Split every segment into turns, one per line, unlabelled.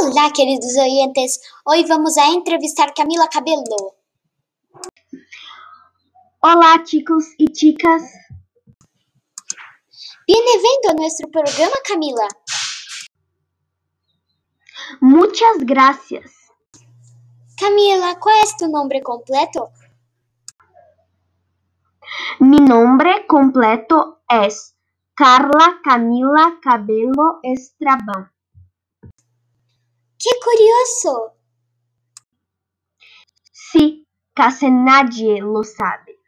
Olá, queridos oyentes. Hoy vamos a entrevistar Camila Cabello.
Olá, chicos e chicas.
Bienvenido a nuestro programa, Camila.
Muchas gracias.
Camila, é ¿cuál es tu nombre completo?
Mi nombre completo es Carla Camila Cabello Estrabão.
¡Qué curioso!
Sí, casi nadie lo sabe.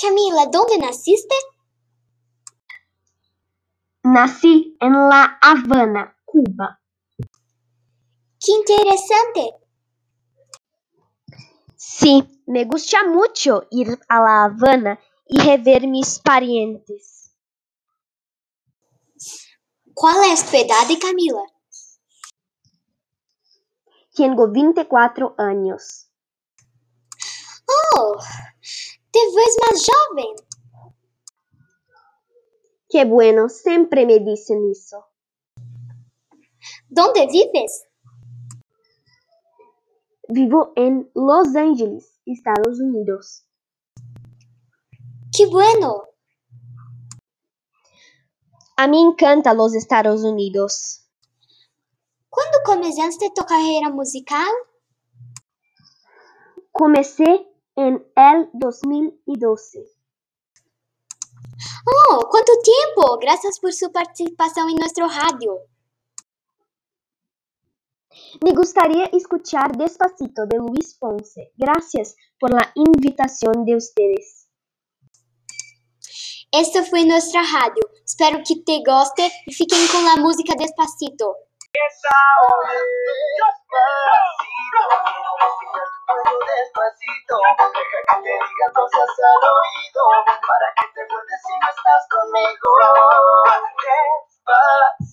Camila, ¿dónde naciste?
Nací en La Habana, Cuba.
¡Qué interesante!
Sí, me gusta mucho ir a La Habana y rever mis parientes.
¿Cuál es tu edad, Camila?
Tengo 24 años.
Oh, te ves más joven.
Qué bueno, siempre me dicen eso.
¿Dónde vives?
Vivo en Los Ángeles, Estados Unidos.
¡Qué bueno!
A mí encanta los Estados Unidos.
¿Cuándo comenzaste tu carrera musical?
Comecei em el 2012.
Oh, ¿cuánto tiempo? Gracias por su participación en nuestro radio.
Me gustaría escuchar Despacito de Luis Ponce. Gracias por la invitación de ustedes.
Esta fue nuestra radio. Espero que te guste y fiquen con la música Despacito.
Esa hora, despacito, puedo despacito, deja que te diga cosas al oído, para que te acuerdes si no estás conmigo. Despacito.